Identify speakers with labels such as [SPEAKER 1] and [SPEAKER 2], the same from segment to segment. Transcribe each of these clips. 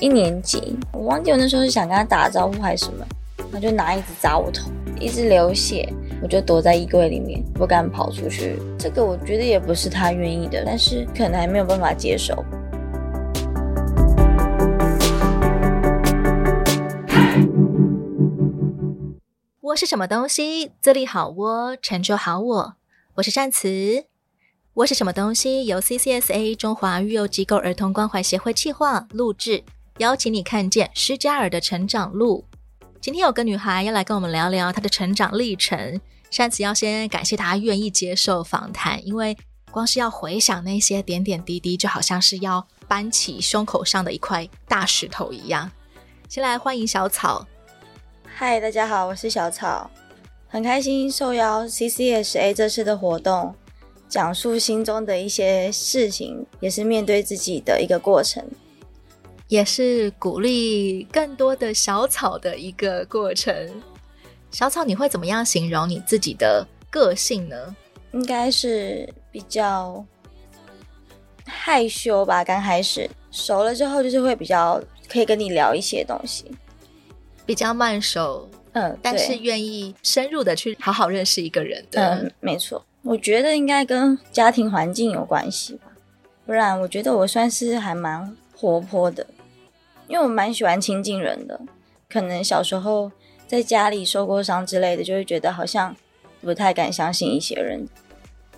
[SPEAKER 1] 一年级，我忘记我那时候是想跟他打招呼还是什么，他就拿椅子砸我头，一直流血，我就躲在衣柜里面，不敢跑出去。这个我觉得也不是他愿意的，但是可能还没有办法接受。
[SPEAKER 2] 窝是什么东西？自立好哦窝，成就好我。我是善慈。窝是什么东西？由 CCSA 中华育幼机构儿童关怀协会企划录制，邀请你看见施加尔的成长路。今天有个女孩要来跟我们聊聊她的成长历程。善慈要先感谢她愿意接受访谈，因为光是要回想那些点点滴滴，就好像是要搬起胸口上的一块大石头一样。先来欢迎小草，
[SPEAKER 1] 嗨，大家好，我是小草，很开心受邀 CCSA 这次的活动，讲述心中的一些事情，也是面对自己的一个过程。
[SPEAKER 2] 也是鼓励更多的小草的一个过程。小草，你会怎么样形容你自己的个性呢？
[SPEAKER 1] 应该是比较害羞吧，刚开始熟了之后，就是会比较可以跟你聊一些东西。
[SPEAKER 2] 比较慢熟，
[SPEAKER 1] 嗯，
[SPEAKER 2] 但是
[SPEAKER 1] 对
[SPEAKER 2] 愿意深入的去好好认识一个人的。
[SPEAKER 1] 嗯，没错，我觉得应该跟家庭环境有关系吧，不然我觉得我算是还蛮活泼的，因为我蛮喜欢亲近人的。可能小时候在家里受过伤之类的，就会觉得好像不太敢相信一些人。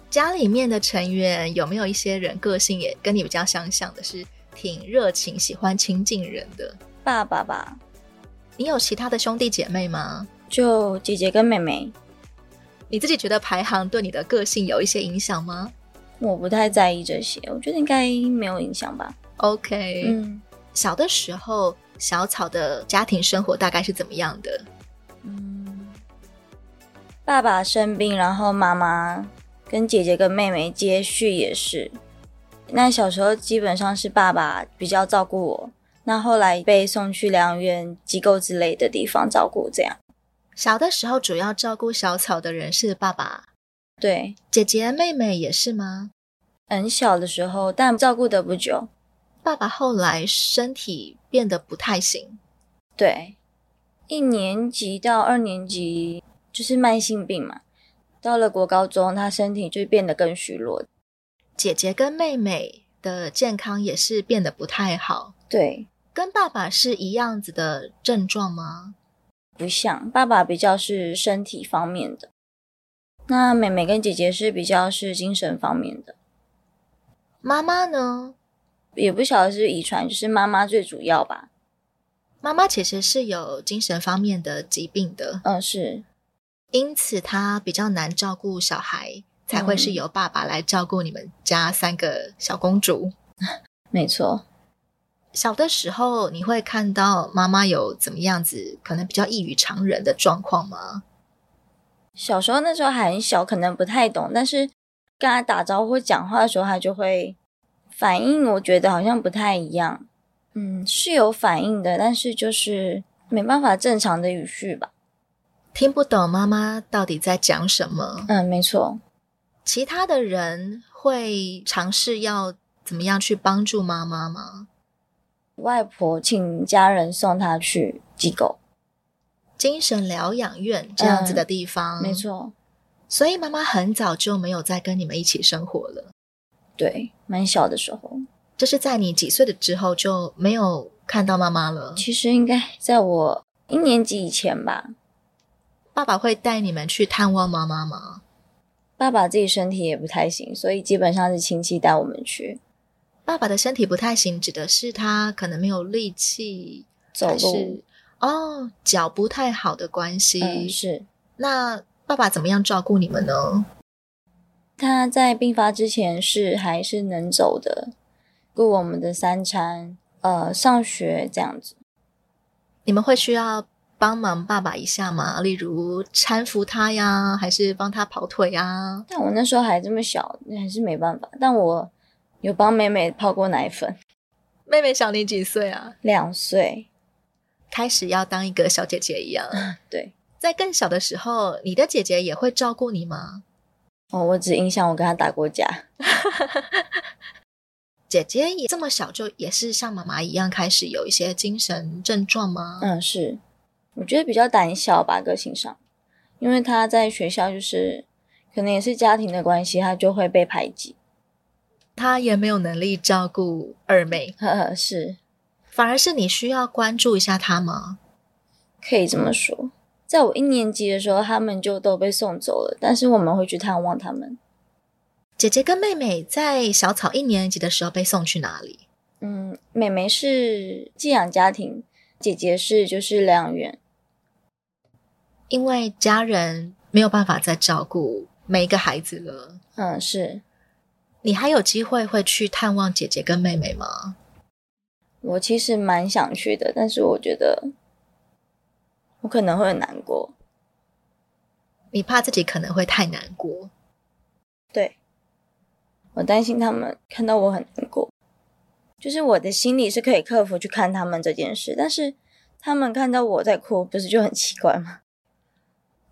[SPEAKER 2] 家里面的成员有没有一些人个性也跟你比较相像的是挺热情、喜欢亲近人的？
[SPEAKER 1] 爸爸吧，
[SPEAKER 2] 你有其他的兄弟姐妹吗？
[SPEAKER 1] 就姐姐跟妹妹，
[SPEAKER 2] 你自己觉得排行对你的个性有一些影响吗
[SPEAKER 1] 我不太在意这些，我觉得应该没有影响吧。
[SPEAKER 2] ？OK，、
[SPEAKER 1] 嗯
[SPEAKER 2] 小的时候，小草的家庭生活大概是怎么样的？
[SPEAKER 1] 嗯，爸爸生病，然后妈妈跟姐姐跟妹妹接续也是。那小时候基本上是爸爸比较照顾我，那后来被送去疗养院、机构之类的地方照顾，这样。
[SPEAKER 2] 小的时候，主要照顾小草的人是爸爸、
[SPEAKER 1] 对，
[SPEAKER 2] 姐姐、妹妹，也是吗？
[SPEAKER 1] 很小的时候，但照顾的不久。
[SPEAKER 2] 爸爸后来身体变得不太行，
[SPEAKER 1] 对，一年级到二年级就是慢性病嘛，到了国高中，他身体就变得更虚弱。
[SPEAKER 2] 姐姐跟妹妹的健康也是变得不太好，
[SPEAKER 1] 对，
[SPEAKER 2] 跟爸爸是一样子的症状吗？
[SPEAKER 1] 不像爸爸比较是身体方面的，那妹妹跟姐姐是比较是精神方面的，
[SPEAKER 2] 妈妈呢？
[SPEAKER 1] 也不晓得是遗传，就是妈妈最主要吧。
[SPEAKER 2] 妈妈其实是有精神方面的疾病的，
[SPEAKER 1] 嗯，是
[SPEAKER 2] 因此她比较难照顾小孩，才会
[SPEAKER 1] 嗯
[SPEAKER 2] 是由爸爸来照顾你们家三个小公主。
[SPEAKER 1] 没错。
[SPEAKER 2] 小的时候，你会看到妈妈有怎么样子，可能比较异于常人的状况吗？
[SPEAKER 1] 小时候那时候还很小，可能不太懂，但是跟他打招呼或讲话的时候，他就会反应，我觉得好像不太一样。嗯，是有反应的，但是就是没办法正常的语序吧。
[SPEAKER 2] 听不懂妈妈到底在讲什么。
[SPEAKER 1] 嗯，没错。
[SPEAKER 2] 其他的人会尝试要怎么样去帮助妈妈吗？
[SPEAKER 1] 外婆请家人送他去机构，
[SPEAKER 2] 精神疗养院这样子的地方，
[SPEAKER 1] 嗯没。错，
[SPEAKER 2] 所以妈妈很早就没有再跟你们一起生活了。
[SPEAKER 1] 对，蛮小的时候。
[SPEAKER 2] 这是在你几岁的之后就没有看到妈妈了。
[SPEAKER 1] 其实应该在我一年级以前吧。
[SPEAKER 2] 爸爸会带你们去探望妈妈吗？
[SPEAKER 1] 爸爸自己身体也不太行，所以基本上是亲戚带我们去
[SPEAKER 2] 爸爸的身体不太行，指的是他可能没有力气，
[SPEAKER 1] 走
[SPEAKER 2] 还
[SPEAKER 1] 路
[SPEAKER 2] 是。哦脚不太好的关系。
[SPEAKER 1] 嗯，是
[SPEAKER 2] 那爸爸怎么样照顾你们呢？
[SPEAKER 1] 他在病发之前是还是能走的，顾我们的三餐，呃，上学这样子。
[SPEAKER 2] 你们会需要帮忙爸爸一下吗？例如搀扶他呀，还是帮他跑腿呀？
[SPEAKER 1] 但我那时候还这么小，还是没办法。但我有帮妹妹泡过奶粉，
[SPEAKER 2] 妹妹小你几岁啊？
[SPEAKER 1] 两岁，
[SPEAKER 2] 开始要当一个小姐姐 一样。
[SPEAKER 1] 对。
[SPEAKER 2] 在更小的时候，你的姐姐也会照顾你吗？
[SPEAKER 1] 哦，我只印象我跟他打过架。
[SPEAKER 2] 姐姐也这么小就也是像妈妈一样开始有一些精神症状吗？
[SPEAKER 1] 嗯，是，我觉得比较胆小吧，个性上，因为他在学校就是可能也是家庭的关系，他就会被排挤。
[SPEAKER 2] 她也没有能力照顾二妹，
[SPEAKER 1] 呵呵，是
[SPEAKER 2] 反而是你需要关注一下她吗？
[SPEAKER 1] 可以这么说。在我一年级的时候，他们就都被送走了，但是我们会去探望他们。
[SPEAKER 2] 姐姐跟妹妹在小草一年级的时候被送去哪里？
[SPEAKER 1] 嗯，妹妹是寄养家庭，姐姐是就是疗养院。
[SPEAKER 2] 因为家人没有办法再照顾每一个孩子了。
[SPEAKER 1] 嗯，是
[SPEAKER 2] 你还有机会会去探望姐姐跟妹妹吗？
[SPEAKER 1] 我其实蛮想去的，但是我觉得我可能会很难过。
[SPEAKER 2] 你怕自己可能会太难过。
[SPEAKER 1] 对，我担心他们看到我很难过，就是我的心里是可以克服去看他们这件事，但是他们看到我在哭，不是就很奇怪吗？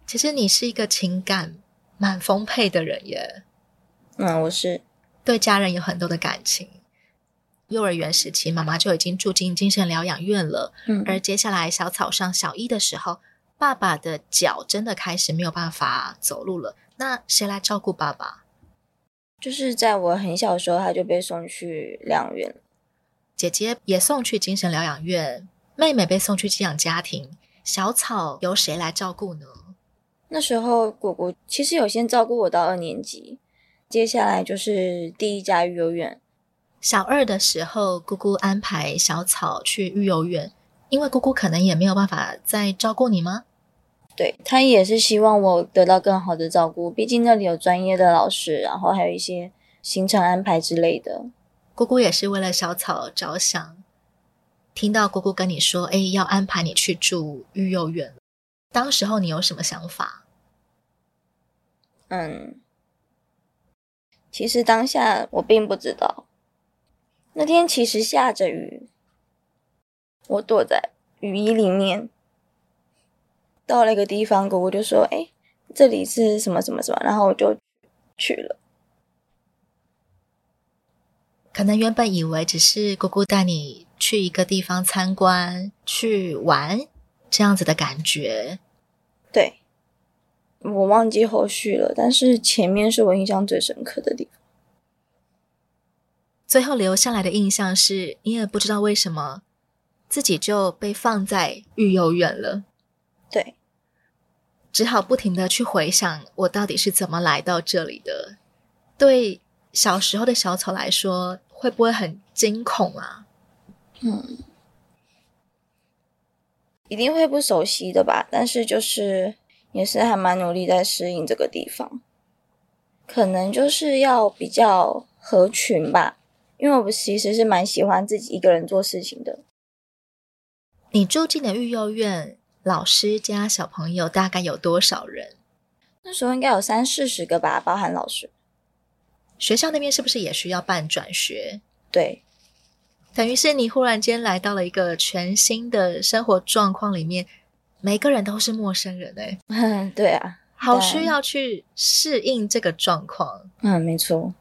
[SPEAKER 2] 其实你是一个情感蛮丰沛的人耶，
[SPEAKER 1] 嗯，我是
[SPEAKER 2] 对家人有很多的感情。幼儿园时期，妈妈就已经住进精神疗养院了，
[SPEAKER 1] 嗯
[SPEAKER 2] 而接下来小草上小一的时候，爸爸的脚真的开始没有办法走路了。那谁来照顾爸爸？
[SPEAKER 1] 就是在我很小的时候，他就被送去疗养院了。
[SPEAKER 2] 姐姐也送去精神疗养院，妹妹被送去寄养家庭，小草由谁来照顾呢？
[SPEAKER 1] 那时候果果其实有先照顾我到二年级，接下来就是第一家幼儿园。
[SPEAKER 2] 小二的时候，姑姑安排小草去育幼院，因为姑姑可能也没有办法再照顾你吗？
[SPEAKER 1] 对他也是希望我得到更好的照顾，毕竟那里有专业的老师，然后还有一些行程安排之类的。
[SPEAKER 2] 姑姑也是为了小草着想，听到姑姑跟你说：“哎，要安排你去住育幼院。”当时候你有什么想法？
[SPEAKER 1] 嗯，其实当下我并不知道，那天其实下着雨，我躲在雨衣里面。到了一个地方，姑姑就说：“哎、这里是什么什么什么。”然后我就去了。
[SPEAKER 2] 可能原本以为只是姑姑带你去一个地方参观、去玩这样子的感觉，
[SPEAKER 1] 对，我忘记后续了，但是前面是我印象最深刻的地方。
[SPEAKER 2] 最后留下来的印象是你也不知道为什么自己就被放在育幼院了。
[SPEAKER 1] 对，
[SPEAKER 2] 只好不停的去回想我到底是怎么来到这里的。对小时候的小草来说，会不会很惊恐啊？
[SPEAKER 1] 一定会不熟悉的吧，但是就是也是还蛮努力在适应这个地方，可能就是要比较合群吧，因为我其实是蛮喜欢自己一个人做事情的，
[SPEAKER 2] 你住进的育幼院，老师加小朋友大概有多少人？
[SPEAKER 1] 那时候应该有三四十个吧，包含老师，
[SPEAKER 2] 学校那边是不是也需要办转学？
[SPEAKER 1] 对，
[SPEAKER 2] 等于是你忽然间来到了一个全新的生活状况里面，每个人都是陌生人哎、
[SPEAKER 1] 对啊，
[SPEAKER 2] 好
[SPEAKER 1] 对
[SPEAKER 2] 需要去适应这个状况。
[SPEAKER 1] 嗯，没错，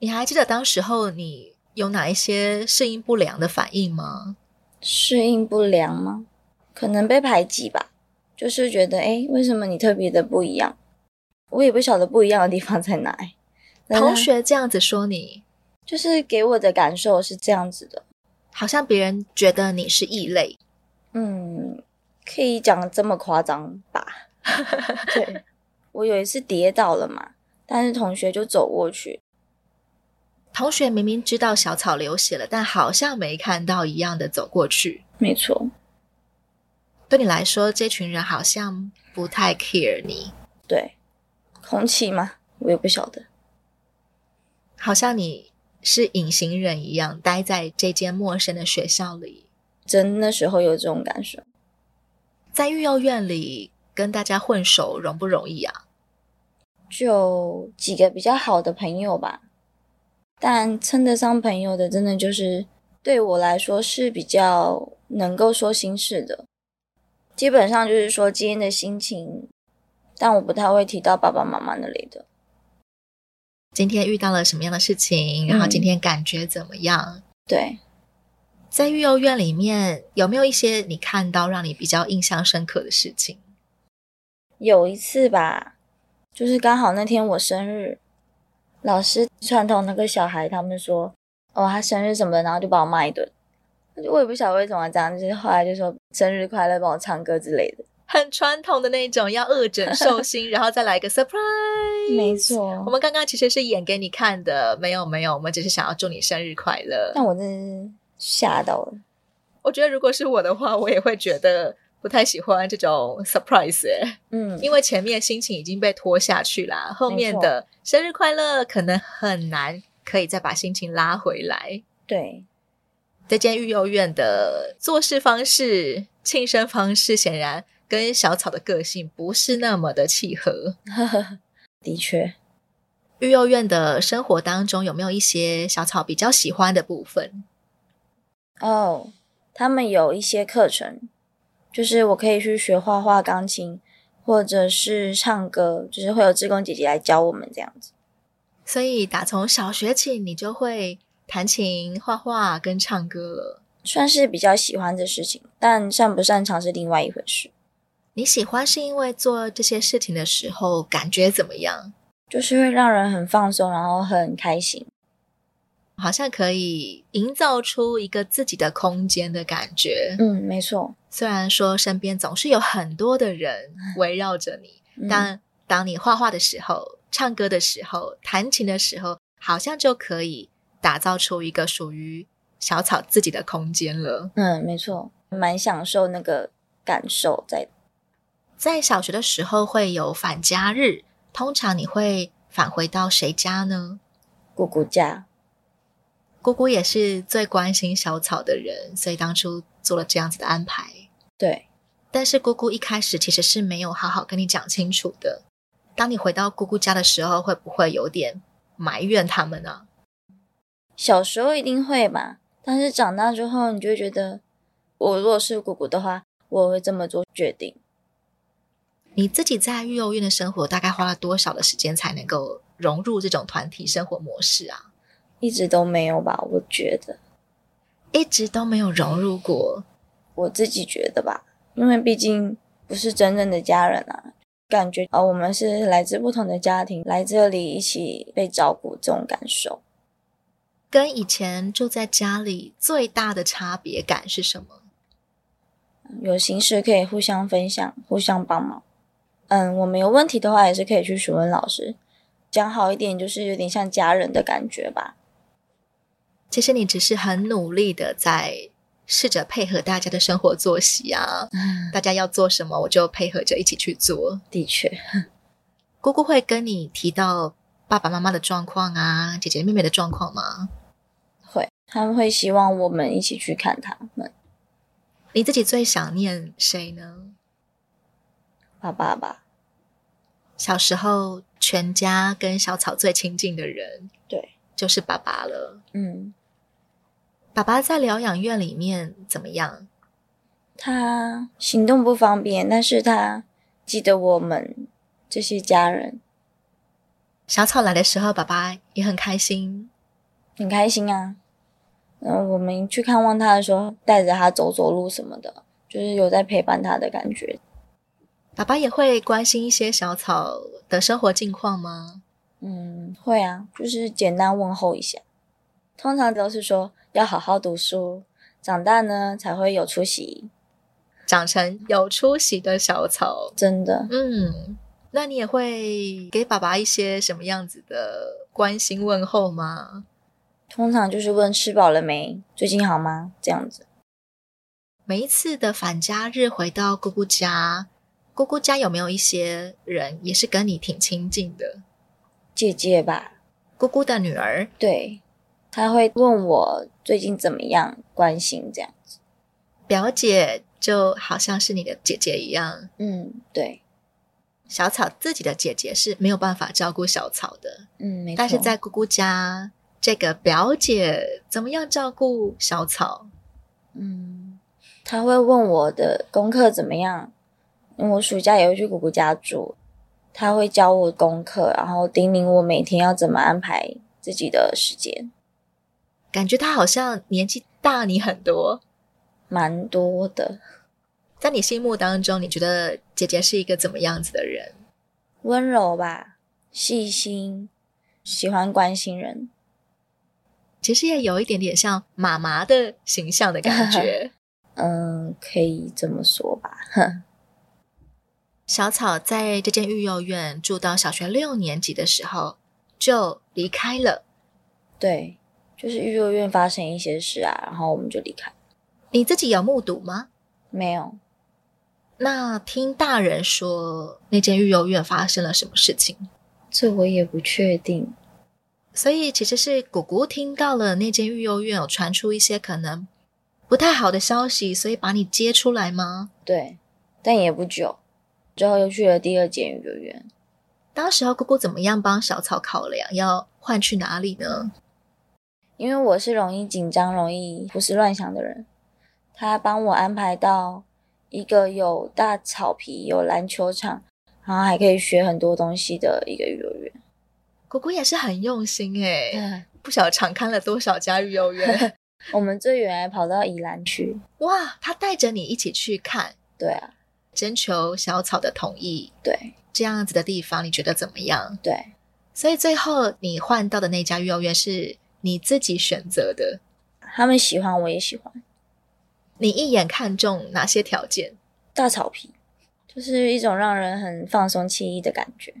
[SPEAKER 2] 你还记得当时候你有哪一些适应不良的反应吗？
[SPEAKER 1] 适应不良吗？可能被排挤吧，就是觉得诶，为什么你特别的不一样？我也不晓得不一样的地方在哪、欸，但是
[SPEAKER 2] 同学这样子说你，
[SPEAKER 1] 就是给我的感受是这样子的。
[SPEAKER 2] 好像别人觉得你是异类。
[SPEAKER 1] 嗯，可以讲这么夸张吧？ 对，我有一次跌倒了嘛，但是同学就走过去，
[SPEAKER 2] 同学明明知道小草流血了，但好像没看到一样的走过去。
[SPEAKER 1] 没错，
[SPEAKER 2] 对你来说，这群人好像不太 care 你，
[SPEAKER 1] 对，空气嘛，我也不晓得，
[SPEAKER 2] 好像你是隐形人一样，待在这间陌生的学校里，
[SPEAKER 1] 真那时候有这种感受，
[SPEAKER 2] 在育幼院里跟大家混熟，容不容易啊？
[SPEAKER 1] 就几个比较好的朋友吧，但称得上朋友的，真的就是对我来说是比较能够说心事的，基本上就是说今天的心情，但我不太会提到爸爸妈妈那里的。
[SPEAKER 2] 今天遇到了什么样的事情，然后
[SPEAKER 1] 嗯
[SPEAKER 2] 今天感觉怎么样。
[SPEAKER 1] 对，
[SPEAKER 2] 在育幼院里面，有没有一些你看到让你比较印象深刻的事情？
[SPEAKER 1] 有一次吧，就是刚好那天我生日，老师传统那个小孩他们说，哦，他生日什么的，然后就把我骂一顿。我也不晓得为什么这样，就是后来就说生日快乐，帮我唱歌之类的。
[SPEAKER 2] 很传统的那种，要恶整 寿星，然后再来一个 surprise。
[SPEAKER 1] 没错
[SPEAKER 2] 我，们刚刚其实是演给你看的，没有没有，我们只是想要祝你生日快乐。
[SPEAKER 1] 但我真的是吓到了。
[SPEAKER 2] 我觉得如果是我的话，我也会觉得不太喜欢这种 surprise，、欸、
[SPEAKER 1] 嗯，
[SPEAKER 2] 因为前面心情已经被拖下去啦，后面
[SPEAKER 1] 没错
[SPEAKER 2] 的生日快乐可能很难可以再把心情拉回来。
[SPEAKER 1] 对，
[SPEAKER 2] 这间育幼院的做事方式、庆生方式，显然跟小草的个性不是那么的契合。
[SPEAKER 1] 的确，
[SPEAKER 2] 育幼院的生活当中，有没有一些小草比较喜欢的部分？
[SPEAKER 1] 哦，他们有一些课程，就是我可以去学画画、钢琴，或者是唱歌，就是会有志工姐姐来教我们这样子。
[SPEAKER 2] 所以打从小学起，你就会弹琴、画画跟唱歌了。
[SPEAKER 1] 算是比较喜欢这事情，但擅不擅长是另外一回事。
[SPEAKER 2] 你喜欢是因为做这些事情的时候感觉怎么样？
[SPEAKER 1] 就是会让人很放松，然后很开心。
[SPEAKER 2] 好像可以营造出一个自己的空间的感觉。
[SPEAKER 1] 嗯，没错。
[SPEAKER 2] 虽然说身边总是有很多的人围绕着你，
[SPEAKER 1] 嗯、
[SPEAKER 2] 但当你画画的时候、唱歌的时候、弹琴的时候，好像就可以打造出一个属于小草自己的空间了。
[SPEAKER 1] 嗯，没错，蛮享受那个感受在。
[SPEAKER 2] 在小学的时候会有返家日，通常你会返回到谁家呢？
[SPEAKER 1] 姑姑家，
[SPEAKER 2] 姑姑也是最关心小草的人，所以当初做了这样子的安排。
[SPEAKER 1] 对，
[SPEAKER 2] 但是姑姑一开始其实是没有好好跟你讲清楚的。当你回到姑姑家的时候，会不会有点埋怨他们啊呢、
[SPEAKER 1] 小时候一定会吧，但是长大之后，你就会觉得，我如果是姑姑的话，我会这么做决定。
[SPEAKER 2] 你自己在育幼院的生活大概花了多少的时间才能够融入这种团体生活模式啊？
[SPEAKER 1] 一直都没有吧，我觉得，
[SPEAKER 2] 一直都没有融入过，
[SPEAKER 1] 我自己觉得吧，因为毕竟不是真正的家人啊，感觉啊、呃我们是来自不同的家庭，来这里一起被照顾，这种感受。
[SPEAKER 2] 跟以前住在家里最大的差别感是什么？
[SPEAKER 1] 有形式可以互相分享，互相帮忙。嗯，我们有问题的话也是可以去询问老师。讲好一点，就是有点像家人的感觉吧。
[SPEAKER 2] 其实你只是很努力的在试着配合大家的生活作息啊，大家要做什么我就配合着一起去做。
[SPEAKER 1] 的确，
[SPEAKER 2] 姑姑会跟你提到爸爸妈妈的状况啊，姐姐妹妹的状况吗？
[SPEAKER 1] 会他们会希望我们一起去看他们。
[SPEAKER 2] 你自己最想念谁呢？
[SPEAKER 1] 爸爸吧，
[SPEAKER 2] 小时候全家跟小草最亲近的人
[SPEAKER 1] 对，
[SPEAKER 2] 就是爸爸了。
[SPEAKER 1] 嗯，
[SPEAKER 2] 爸爸在疗养院里面怎么样？
[SPEAKER 1] 他行动不方便，但是他记得我们这些家人，
[SPEAKER 2] 小草来的时候，爸爸也很开心，
[SPEAKER 1] 很开心啊。嗯，我们去看望他的时候，带着他走走路什么的，就是有在陪伴他的感觉。
[SPEAKER 2] 爸爸也会关心一些小草的生活近况吗？
[SPEAKER 1] 嗯，会啊，就是简单问候一下。通常都是说要好好读书，长大呢才会有出息。
[SPEAKER 2] 长成有出息的小草，
[SPEAKER 1] 真的，
[SPEAKER 2] 嗯，那你也会给爸爸一些什么样子的关心问候吗？
[SPEAKER 1] 通常就是问吃饱了没，最近好吗？这样子。
[SPEAKER 2] 每一次的返家日回到姑姑家，姑姑家有没有一些人也是跟你挺亲近的？
[SPEAKER 1] 姐姐吧，
[SPEAKER 2] 姑姑的女儿，
[SPEAKER 1] 对，她会问我最近怎么样，关心这样。
[SPEAKER 2] 表姐就好像是你的姐姐一样。
[SPEAKER 1] 嗯，对，
[SPEAKER 2] 小草自己的姐姐是没有办法照顾小草的，
[SPEAKER 1] 嗯，没错。
[SPEAKER 2] 但是在姑姑家，这个表姐怎么样照顾小草？
[SPEAKER 1] 嗯，他会问我的功课怎么样。嗯我暑假也会去姑姑家住，他会教我功课，然后叮咛我每天要怎么安排自己的时间，
[SPEAKER 2] 感觉他好像年纪大你很多。
[SPEAKER 1] 蛮多的。
[SPEAKER 2] 在你心目当中，你觉得姐姐是一个怎么样子的人？
[SPEAKER 1] 温柔吧，细心，喜欢关心人。
[SPEAKER 2] 其实也有一点点像妈妈的形象的感觉。
[SPEAKER 1] 嗯，可以这么说吧。
[SPEAKER 2] 小草在这间育幼院住到小学六年级的时候就离开了。
[SPEAKER 1] 对，就是育幼院发生一些事啊，然后我们就离开。
[SPEAKER 2] 你自己有目睹吗？
[SPEAKER 1] 没有，
[SPEAKER 2] 那听大人说那间育幼院发生了什么事情？
[SPEAKER 1] 这我也不确定。
[SPEAKER 2] 所以其实是姑姑听到了那间育幼院有传出一些可能不太好的消息，所以把你接出来吗？
[SPEAKER 1] 对，但也不久，之后又去了第二间育幼院。
[SPEAKER 2] 当时候姑姑怎么样帮小草考量要换去哪里呢？
[SPEAKER 1] 因为我是容易紧张、容易胡思乱想的人，他帮我安排到一个有大草皮、有篮球场，然后还可以学很多东西的一个幼儿园。
[SPEAKER 2] 姑姑也是很用心诶、
[SPEAKER 1] 嗯
[SPEAKER 2] 不晓得常看了多少家育幼院。
[SPEAKER 1] 我们最远还跑到宜兰去，
[SPEAKER 2] 哇，她带着你一起去看，
[SPEAKER 1] 对啊，
[SPEAKER 2] 征求小草的同意，
[SPEAKER 1] 对
[SPEAKER 2] 这样子的地方你觉得怎么样？
[SPEAKER 1] 对，
[SPEAKER 2] 所以最后你换到的那家育幼院是你自己选择的，
[SPEAKER 1] 他们喜欢我也喜欢
[SPEAKER 2] 你一眼看中哪些条件？
[SPEAKER 1] 大草皮，就是一种让人很放松惬意的感觉。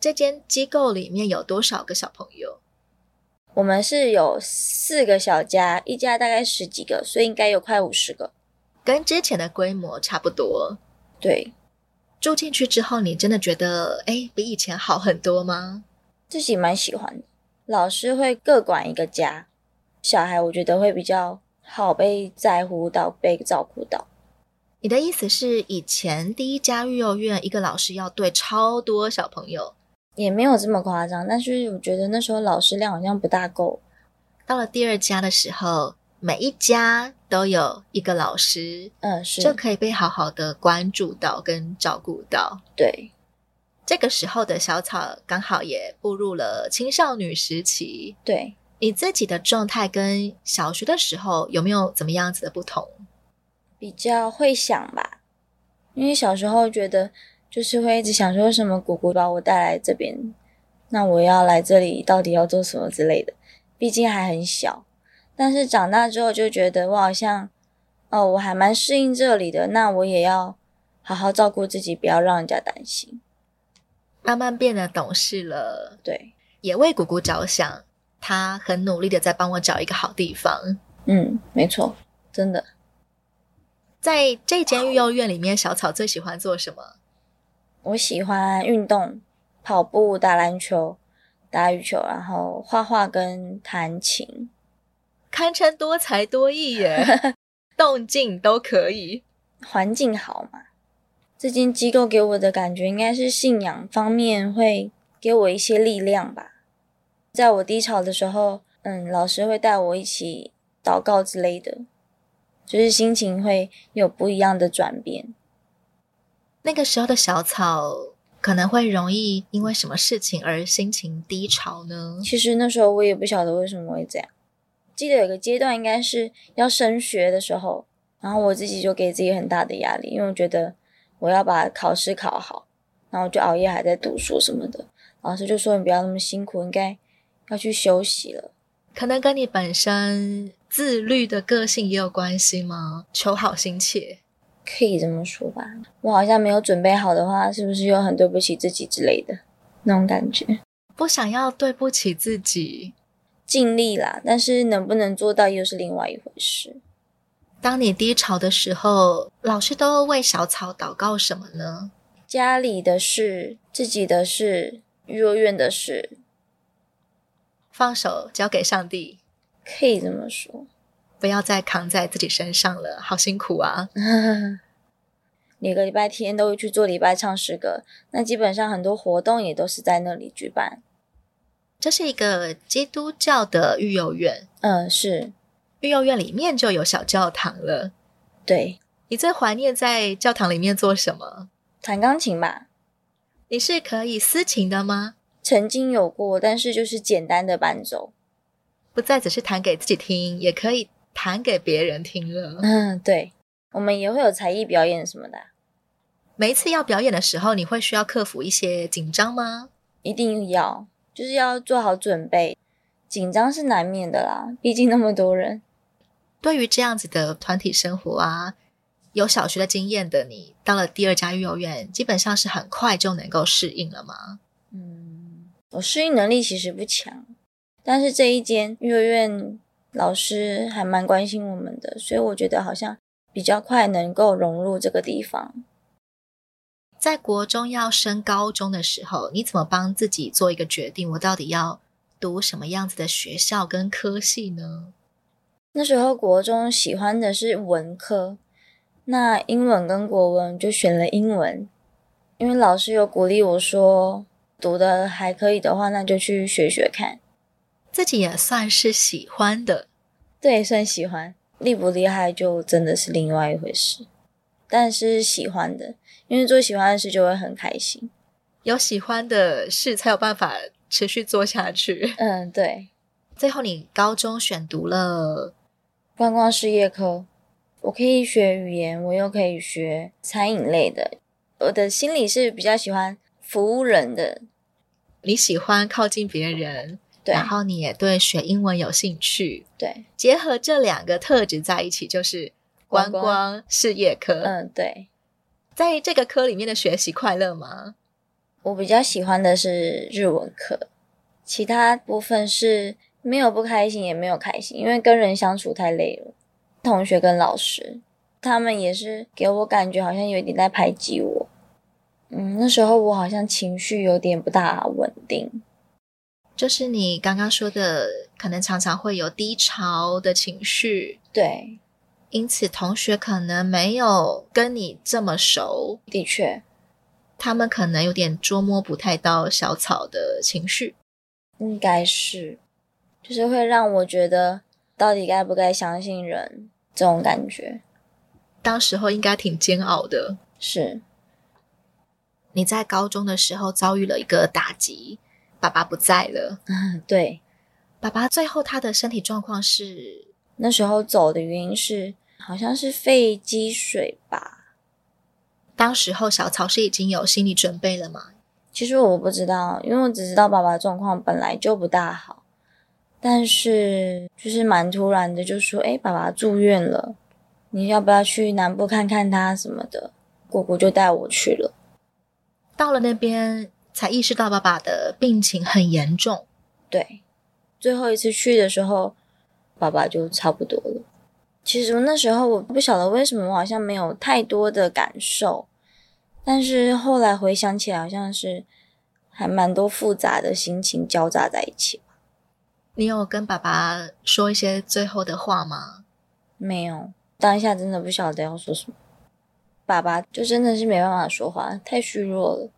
[SPEAKER 2] 这间机构里面有多少个小朋友？
[SPEAKER 1] 我们是有四个小家，一家大概十几个，所以应该有快五十个。
[SPEAKER 2] 跟之前的规模差不多。
[SPEAKER 1] 对，
[SPEAKER 2] 住进去之后，你真的觉得哎，比以前好很多吗？
[SPEAKER 1] 自己蛮喜欢的。老师会各管一个家，小孩我觉得会比较好被在乎到，被照顾到。
[SPEAKER 2] 你的意思是，以前第一家育幼院一个老师要对超多小朋友，
[SPEAKER 1] 也没有这么夸张，但是我觉得那时候老师量好像不大够。
[SPEAKER 2] 到了第二家的时候，每一家都有一个老师，
[SPEAKER 1] 嗯，是
[SPEAKER 2] 就可以被好好的关注到跟照顾到。
[SPEAKER 1] 对，
[SPEAKER 2] 这个时候的小草刚好也步入了青少女时期，
[SPEAKER 1] 对，
[SPEAKER 2] 你自己的状态跟小学的时候有没有怎么样子的不同？
[SPEAKER 1] 比较会想吧，因为小时候觉得就是会一直想说为什么姑姑把我带来这边，那我要来这里到底要做什么之类的，毕竟还很小。但是长大之后就觉得我好像，哦，我还蛮适应这里的，那我也要好好照顾自己，不要让人家担心。
[SPEAKER 2] 慢慢变得懂事了，
[SPEAKER 1] 对，
[SPEAKER 2] 也为姑姑着想，她很努力的在帮我找一个好地方。
[SPEAKER 1] 嗯，没错，真的，
[SPEAKER 2] 在这间育幼院里面，小草最喜欢做什么？
[SPEAKER 1] 我喜欢运动，跑步、打篮球、打羽球，然后画画跟弹琴。
[SPEAKER 2] 堪称多才多艺耶，动静都可以。
[SPEAKER 1] 环境好嘛。这间机构给我的感觉应该是信仰方面会给我一些力量吧。在我低潮的时候，嗯，老师会带我一起祷告之类的，就是心情会有不一样的转变。
[SPEAKER 2] 那个时候的小草可能会容易因为什么事情而心情低潮呢？
[SPEAKER 1] 其实那时候我也不晓得为什么会这样。记得有个阶段应该是要升学的时候，然后我自己就给自己很大的压力，因为我觉得我要把考试考好，然后我就熬夜还在读书什么的。老师就说你不要那么辛苦，应该要去休息了。
[SPEAKER 2] 可能跟你本身自律的个性也有关系吗？求好心切，
[SPEAKER 1] 可以这么说吧，我好像没有准备好的话，是不是又很对不起自己之类的那种感觉？
[SPEAKER 2] 不想要对不起自己。
[SPEAKER 1] 尽力啦，但是能不能做到又是另外一回事。
[SPEAKER 2] 当你低潮的时候，老师都为小草祷告什么呢？
[SPEAKER 1] 家里的事、自己的事、幼儿园的事，
[SPEAKER 2] 放手交给上帝，
[SPEAKER 1] 可以这么说。
[SPEAKER 2] 不要再扛在自己身上了，好辛苦啊！
[SPEAKER 1] 每个礼拜天都会去做礼拜唱诗歌，那基本上很多活动也都是在那里举办。
[SPEAKER 2] 这是一个基督教的育幼院，
[SPEAKER 1] 嗯，是
[SPEAKER 2] 育幼院里面就有小教堂了。
[SPEAKER 1] 对，
[SPEAKER 2] 你最怀念在教堂里面做什么？
[SPEAKER 1] 弹钢琴吧，
[SPEAKER 2] 你是可以私情的吗？
[SPEAKER 1] 曾经有过，但是就是简单的伴奏。
[SPEAKER 2] 不再只是弹给自己听，也可以弹给别人听了。
[SPEAKER 1] 嗯，对，我们也会有才艺表演什么的啊、
[SPEAKER 2] 每一次要表演的时候，你会需要克服一些紧张吗？
[SPEAKER 1] 一定要，就是要做好准备。紧张是难免的啦，毕竟那么多人。
[SPEAKER 2] 对于这样子的团体生活啊，有小学的经验的你，到了第二家幼儿园，基本上是很快就能够适应了吗？
[SPEAKER 1] 嗯，我适应能力其实不强，但是这一间幼儿园老师还蛮关心我们的，所以我觉得好像比较快能够融入这个地方。
[SPEAKER 2] 在国中要升高中的时候，你怎么帮自己做一个决定？我到底要读什么样子的学校跟科系呢？
[SPEAKER 1] 那时候国中喜欢的是文科，那英文跟国文就选了英文，因为老师有鼓励我说，读的还可以的话，那就去学学看。
[SPEAKER 2] 自己也算是喜欢的，
[SPEAKER 1] 对，算喜欢，厉不厉害就真的是另外一回事，但是喜欢的，因为做喜欢的事就会很开心。
[SPEAKER 2] 有喜欢的事才有办法持续做下去。
[SPEAKER 1] 嗯，对，
[SPEAKER 2] 最后，你高中选读了，
[SPEAKER 1] 观光事业科，我可以学语言，我又可以学餐饮类的。我的心里是比较喜欢服务人的，
[SPEAKER 2] 你喜欢靠近别人，
[SPEAKER 1] 对
[SPEAKER 2] 然后你也对学英文有兴趣，
[SPEAKER 1] 对，
[SPEAKER 2] 结合这两个特质在一起，就是观
[SPEAKER 1] 观光
[SPEAKER 2] 光事业科。
[SPEAKER 1] 嗯，对。
[SPEAKER 2] 在这个科里面的学习快乐吗？
[SPEAKER 1] 我比较喜欢的是日文课，其他部分是没有不开心，也没有开心，因为跟人相处太累了。同学跟老师，他们也是给我感觉好像有点在排挤我。嗯，那时候我好像情绪有点不大稳定。
[SPEAKER 2] 就是你刚刚说的，可能常常会有低潮的情绪，
[SPEAKER 1] 对，
[SPEAKER 2] 因此同学可能没有跟你这么熟，
[SPEAKER 1] 的确，
[SPEAKER 2] 他们可能有点捉摸不太到小草的情绪。
[SPEAKER 1] 应该是，就是会让我觉得到底该不该相信人这种感觉。
[SPEAKER 2] 当时候应该挺煎熬的。
[SPEAKER 1] 是，
[SPEAKER 2] 你在高中的时候遭遇了一个打击，爸爸不在了。
[SPEAKER 1] 对，
[SPEAKER 2] 爸爸最后他的身体状况是，
[SPEAKER 1] 那时候走的原因是好像是肺积水吧。
[SPEAKER 2] 当时候小草是已经有心理准备了嘛？
[SPEAKER 1] 其实我不知道，因为我只知道爸爸状况本来就不大好，但是就是蛮突然的，就说：“哎、爸爸住院了，你要不要去南部看看他什么的？”姑姑就带我去了。
[SPEAKER 2] 到了那边才意识到爸爸的病情很严重。
[SPEAKER 1] 对，最后一次去的时候，爸爸就差不多了。其实那时候我不晓得为什么，我好像没有太多的感受，但是后来回想起来，好像是还蛮多复杂的心情交杂在一起。
[SPEAKER 2] 你有跟爸爸说一些最后的话吗？
[SPEAKER 1] 没有，当下真的不晓得要说什么。爸爸就真的是没办法说话，太虚弱了。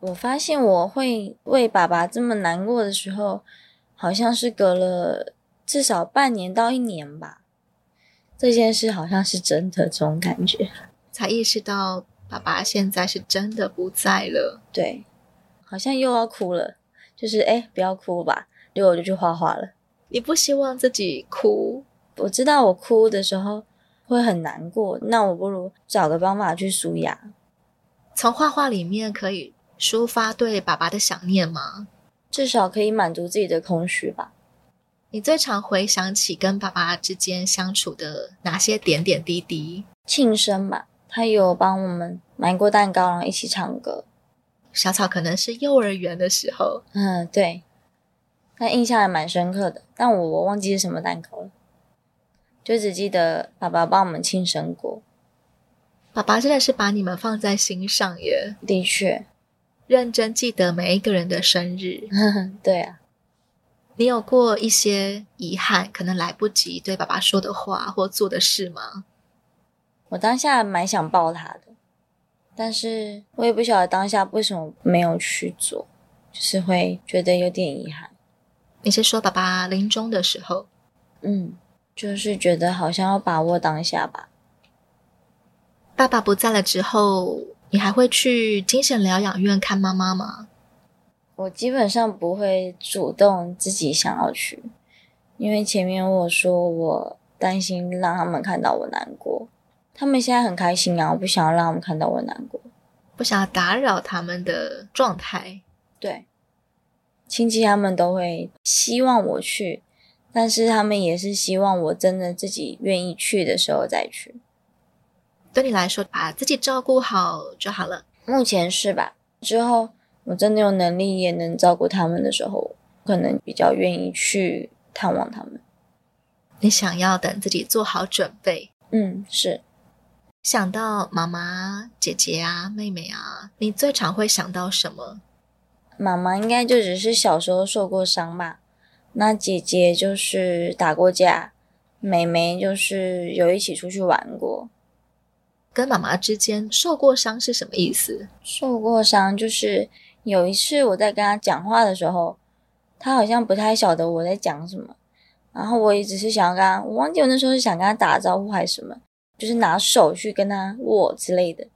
[SPEAKER 1] 我发现我会为爸爸这么难过的时候，好像是隔了至少半年到一年吧。这件事好像是真的，这种感觉。
[SPEAKER 2] 才意识到爸爸现在是真的不在了。
[SPEAKER 1] 对，好像又要哭了，就是哎、诶不要哭吧。结果我就去画画了。
[SPEAKER 2] 你不希望自己哭，
[SPEAKER 1] 我知道我哭的时候会很难过，那我不如找个方法去舒压。
[SPEAKER 2] 从画画里面可以抒发对爸爸的想念吗？
[SPEAKER 1] 至少可以满足自己的空虚吧。
[SPEAKER 2] 你最常回想起跟爸爸之间相处的哪些点点滴滴？
[SPEAKER 1] 庆生吧，他有帮我们买过蛋糕，然后一起唱歌。
[SPEAKER 2] 小草可能是幼儿园的时候，
[SPEAKER 1] 嗯，对，但印象还蛮深刻的。但我我忘记是什么蛋糕了，就只记得爸爸帮我们庆生过。
[SPEAKER 2] 爸爸真的是把你们放在心上耶，
[SPEAKER 1] 的确，
[SPEAKER 2] 认真记得每一个人的生日。
[SPEAKER 1] 对啊，
[SPEAKER 2] 你有过一些遗憾，可能来不及对爸爸说的话或做的事吗？
[SPEAKER 1] 我当下蛮想抱他的，但是我也不晓得当下为什么没有去做，就是会觉得有点遗憾。
[SPEAKER 2] 你是说爸爸临终的时候？
[SPEAKER 1] 嗯，就是觉得好像要把握当下吧。
[SPEAKER 2] 爸爸不在了之后，你还会去精神疗养院看妈妈吗？
[SPEAKER 1] 我基本上不会主动自己想要去，因为前面我说我担心让他们看到我难过，他们现在很开心啊，我不想要让他们看到我难过。
[SPEAKER 2] 不想要打扰他们的状态。
[SPEAKER 1] 对，亲戚他们都会希望我去，但是他们也是希望我真的自己愿意去的时候再去。
[SPEAKER 2] 对你来说，把自己照顾好就好了。
[SPEAKER 1] 目前是吧？之后我真的有能力也能照顾他们的时候，可能比较愿意去探望他们。
[SPEAKER 2] 你想要等自己做好准备。
[SPEAKER 1] 嗯，是
[SPEAKER 2] 想到妈妈、姐姐啊、妹妹啊，你最常会想到什么？
[SPEAKER 1] 妈妈应该就只是小时候受过伤吧，那姐姐就是打过架，妹妹就是有一起出去玩过。
[SPEAKER 2] 跟妈妈之间受过伤是什么意思？
[SPEAKER 1] 受过伤就是有一次我在跟她讲话的时候，她好像不太晓得我在讲什么，然后我也只是想要跟她，我忘记我那时候是想跟她打招呼还是什么，就是拿手去跟她握之类的，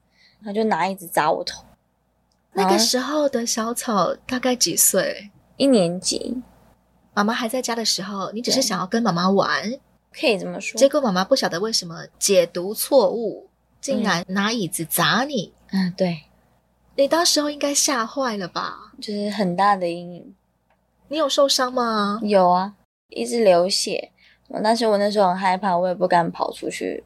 [SPEAKER 1] 她就拿椅子砸我头。
[SPEAKER 2] 那
[SPEAKER 1] 啊
[SPEAKER 2] 个时候的小草大概几岁？
[SPEAKER 1] 一年级
[SPEAKER 2] 妈妈还在家的时候，你只是
[SPEAKER 1] 对
[SPEAKER 2] 想要跟妈妈玩，
[SPEAKER 1] 可以这么说，
[SPEAKER 2] 结果妈妈不晓得为什么解读错误，竟然拿椅子砸你。
[SPEAKER 1] 嗯，对，
[SPEAKER 2] 你当时候应该吓坏了吧？
[SPEAKER 1] 就是很大的阴影。
[SPEAKER 2] 你有受伤吗？
[SPEAKER 1] 有啊，一直流血。我但是我那时候很害怕，我也不敢跑出去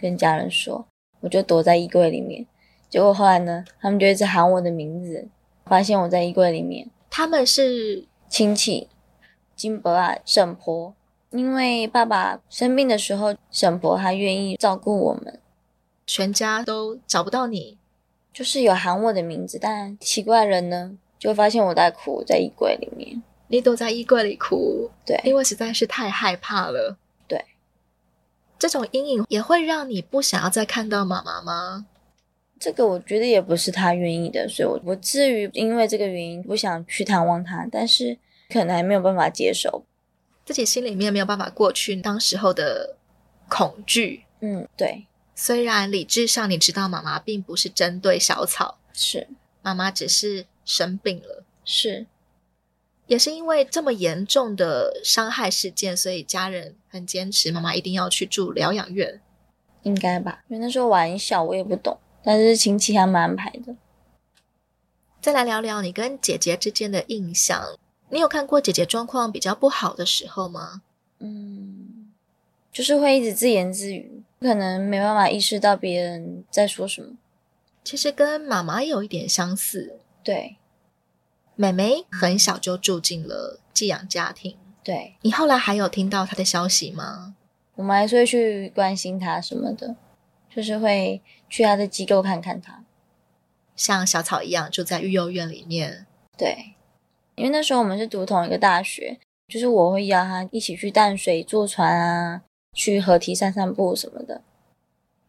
[SPEAKER 1] 跟家人说，我就躲在衣柜里面。结果后来呢，他们就一直喊我的名字，发现我在衣柜里面。
[SPEAKER 2] 他们是
[SPEAKER 1] 亲戚金伯啊，沈婆，因为爸爸生病的时候，沈婆还愿意照顾我们，
[SPEAKER 2] 全家都找不到你，
[SPEAKER 1] 就是有喊我的名字，但奇怪人呢，就发现我在哭，在衣柜里面。
[SPEAKER 2] 你躲在衣柜里哭，
[SPEAKER 1] 对，
[SPEAKER 2] 因为实在是太害怕了。
[SPEAKER 1] 对，
[SPEAKER 2] 这种阴影也会让你不想要再看到妈妈吗？
[SPEAKER 1] 这个我觉得也不是他愿意的，所以我不至于因为这个原因不想去探望他，但是可能还没有办法接受。
[SPEAKER 2] 自己心里面没有办法过去当时候的恐惧。
[SPEAKER 1] 嗯，对，
[SPEAKER 2] 虽然理智上你知道妈妈并不是针对小草，
[SPEAKER 1] 是
[SPEAKER 2] 妈妈只是生病了，
[SPEAKER 1] 是，
[SPEAKER 2] 也是因为这么严重的伤害事件，所以家人很坚持妈妈一定要去住疗养院。
[SPEAKER 1] 应该吧？因为那时候我还很小，我也不懂，但是亲戚他们安排的。
[SPEAKER 2] 再来聊聊你跟姐姐之间的印象。你有看过姐姐状况比较不好的时候吗？
[SPEAKER 1] 嗯，就是会一直自言自语，可能没办法意识到别人在说什么。
[SPEAKER 2] 其实跟妈妈有一点相似。
[SPEAKER 1] 对
[SPEAKER 2] 妹妹很小就住进了寄养家庭，
[SPEAKER 1] 对，
[SPEAKER 2] 你后来还有听到她的消息吗？
[SPEAKER 1] 我们还是会去关心他什么的，就是会去他的机构看看他。
[SPEAKER 2] 像小草一样住在育幼院里面，
[SPEAKER 1] 对，因为那时候我们是读同一个大学，就是我会邀他一起去淡水坐船啊，去河堤散散步什么的。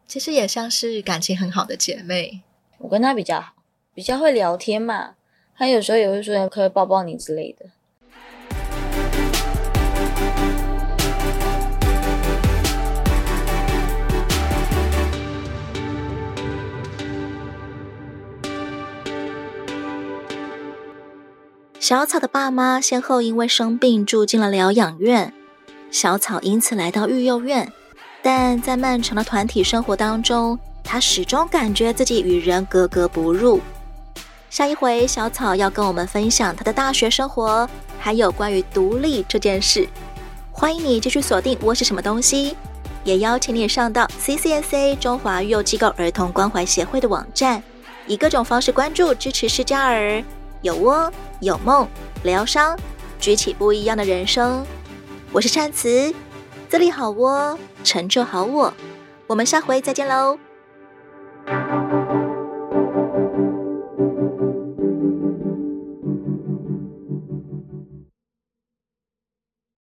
[SPEAKER 2] 其实也像是感情很好的姐妹。
[SPEAKER 1] 我跟他比较好，比较会聊天嘛，他有时候也会说可不可以抱抱你之类的。
[SPEAKER 3] 小草的爸妈先后因为生病住进了疗养院，小草因此来到育幼院。但在漫长的团体生活当中，他始终感觉自己与人格格不入。下一回，小草要跟我们分享他的大学生活，还有关于独立这件事。欢迎你继续锁定我是什么东西，也邀请你上到 CCSA 中华育幼机构儿童关怀协会的网站，以各种方式关注支持施加儿。有窝有梦，疗伤，举起不一样的人生。我是善慈，自立好窝，成就好我。我们下回再见喽，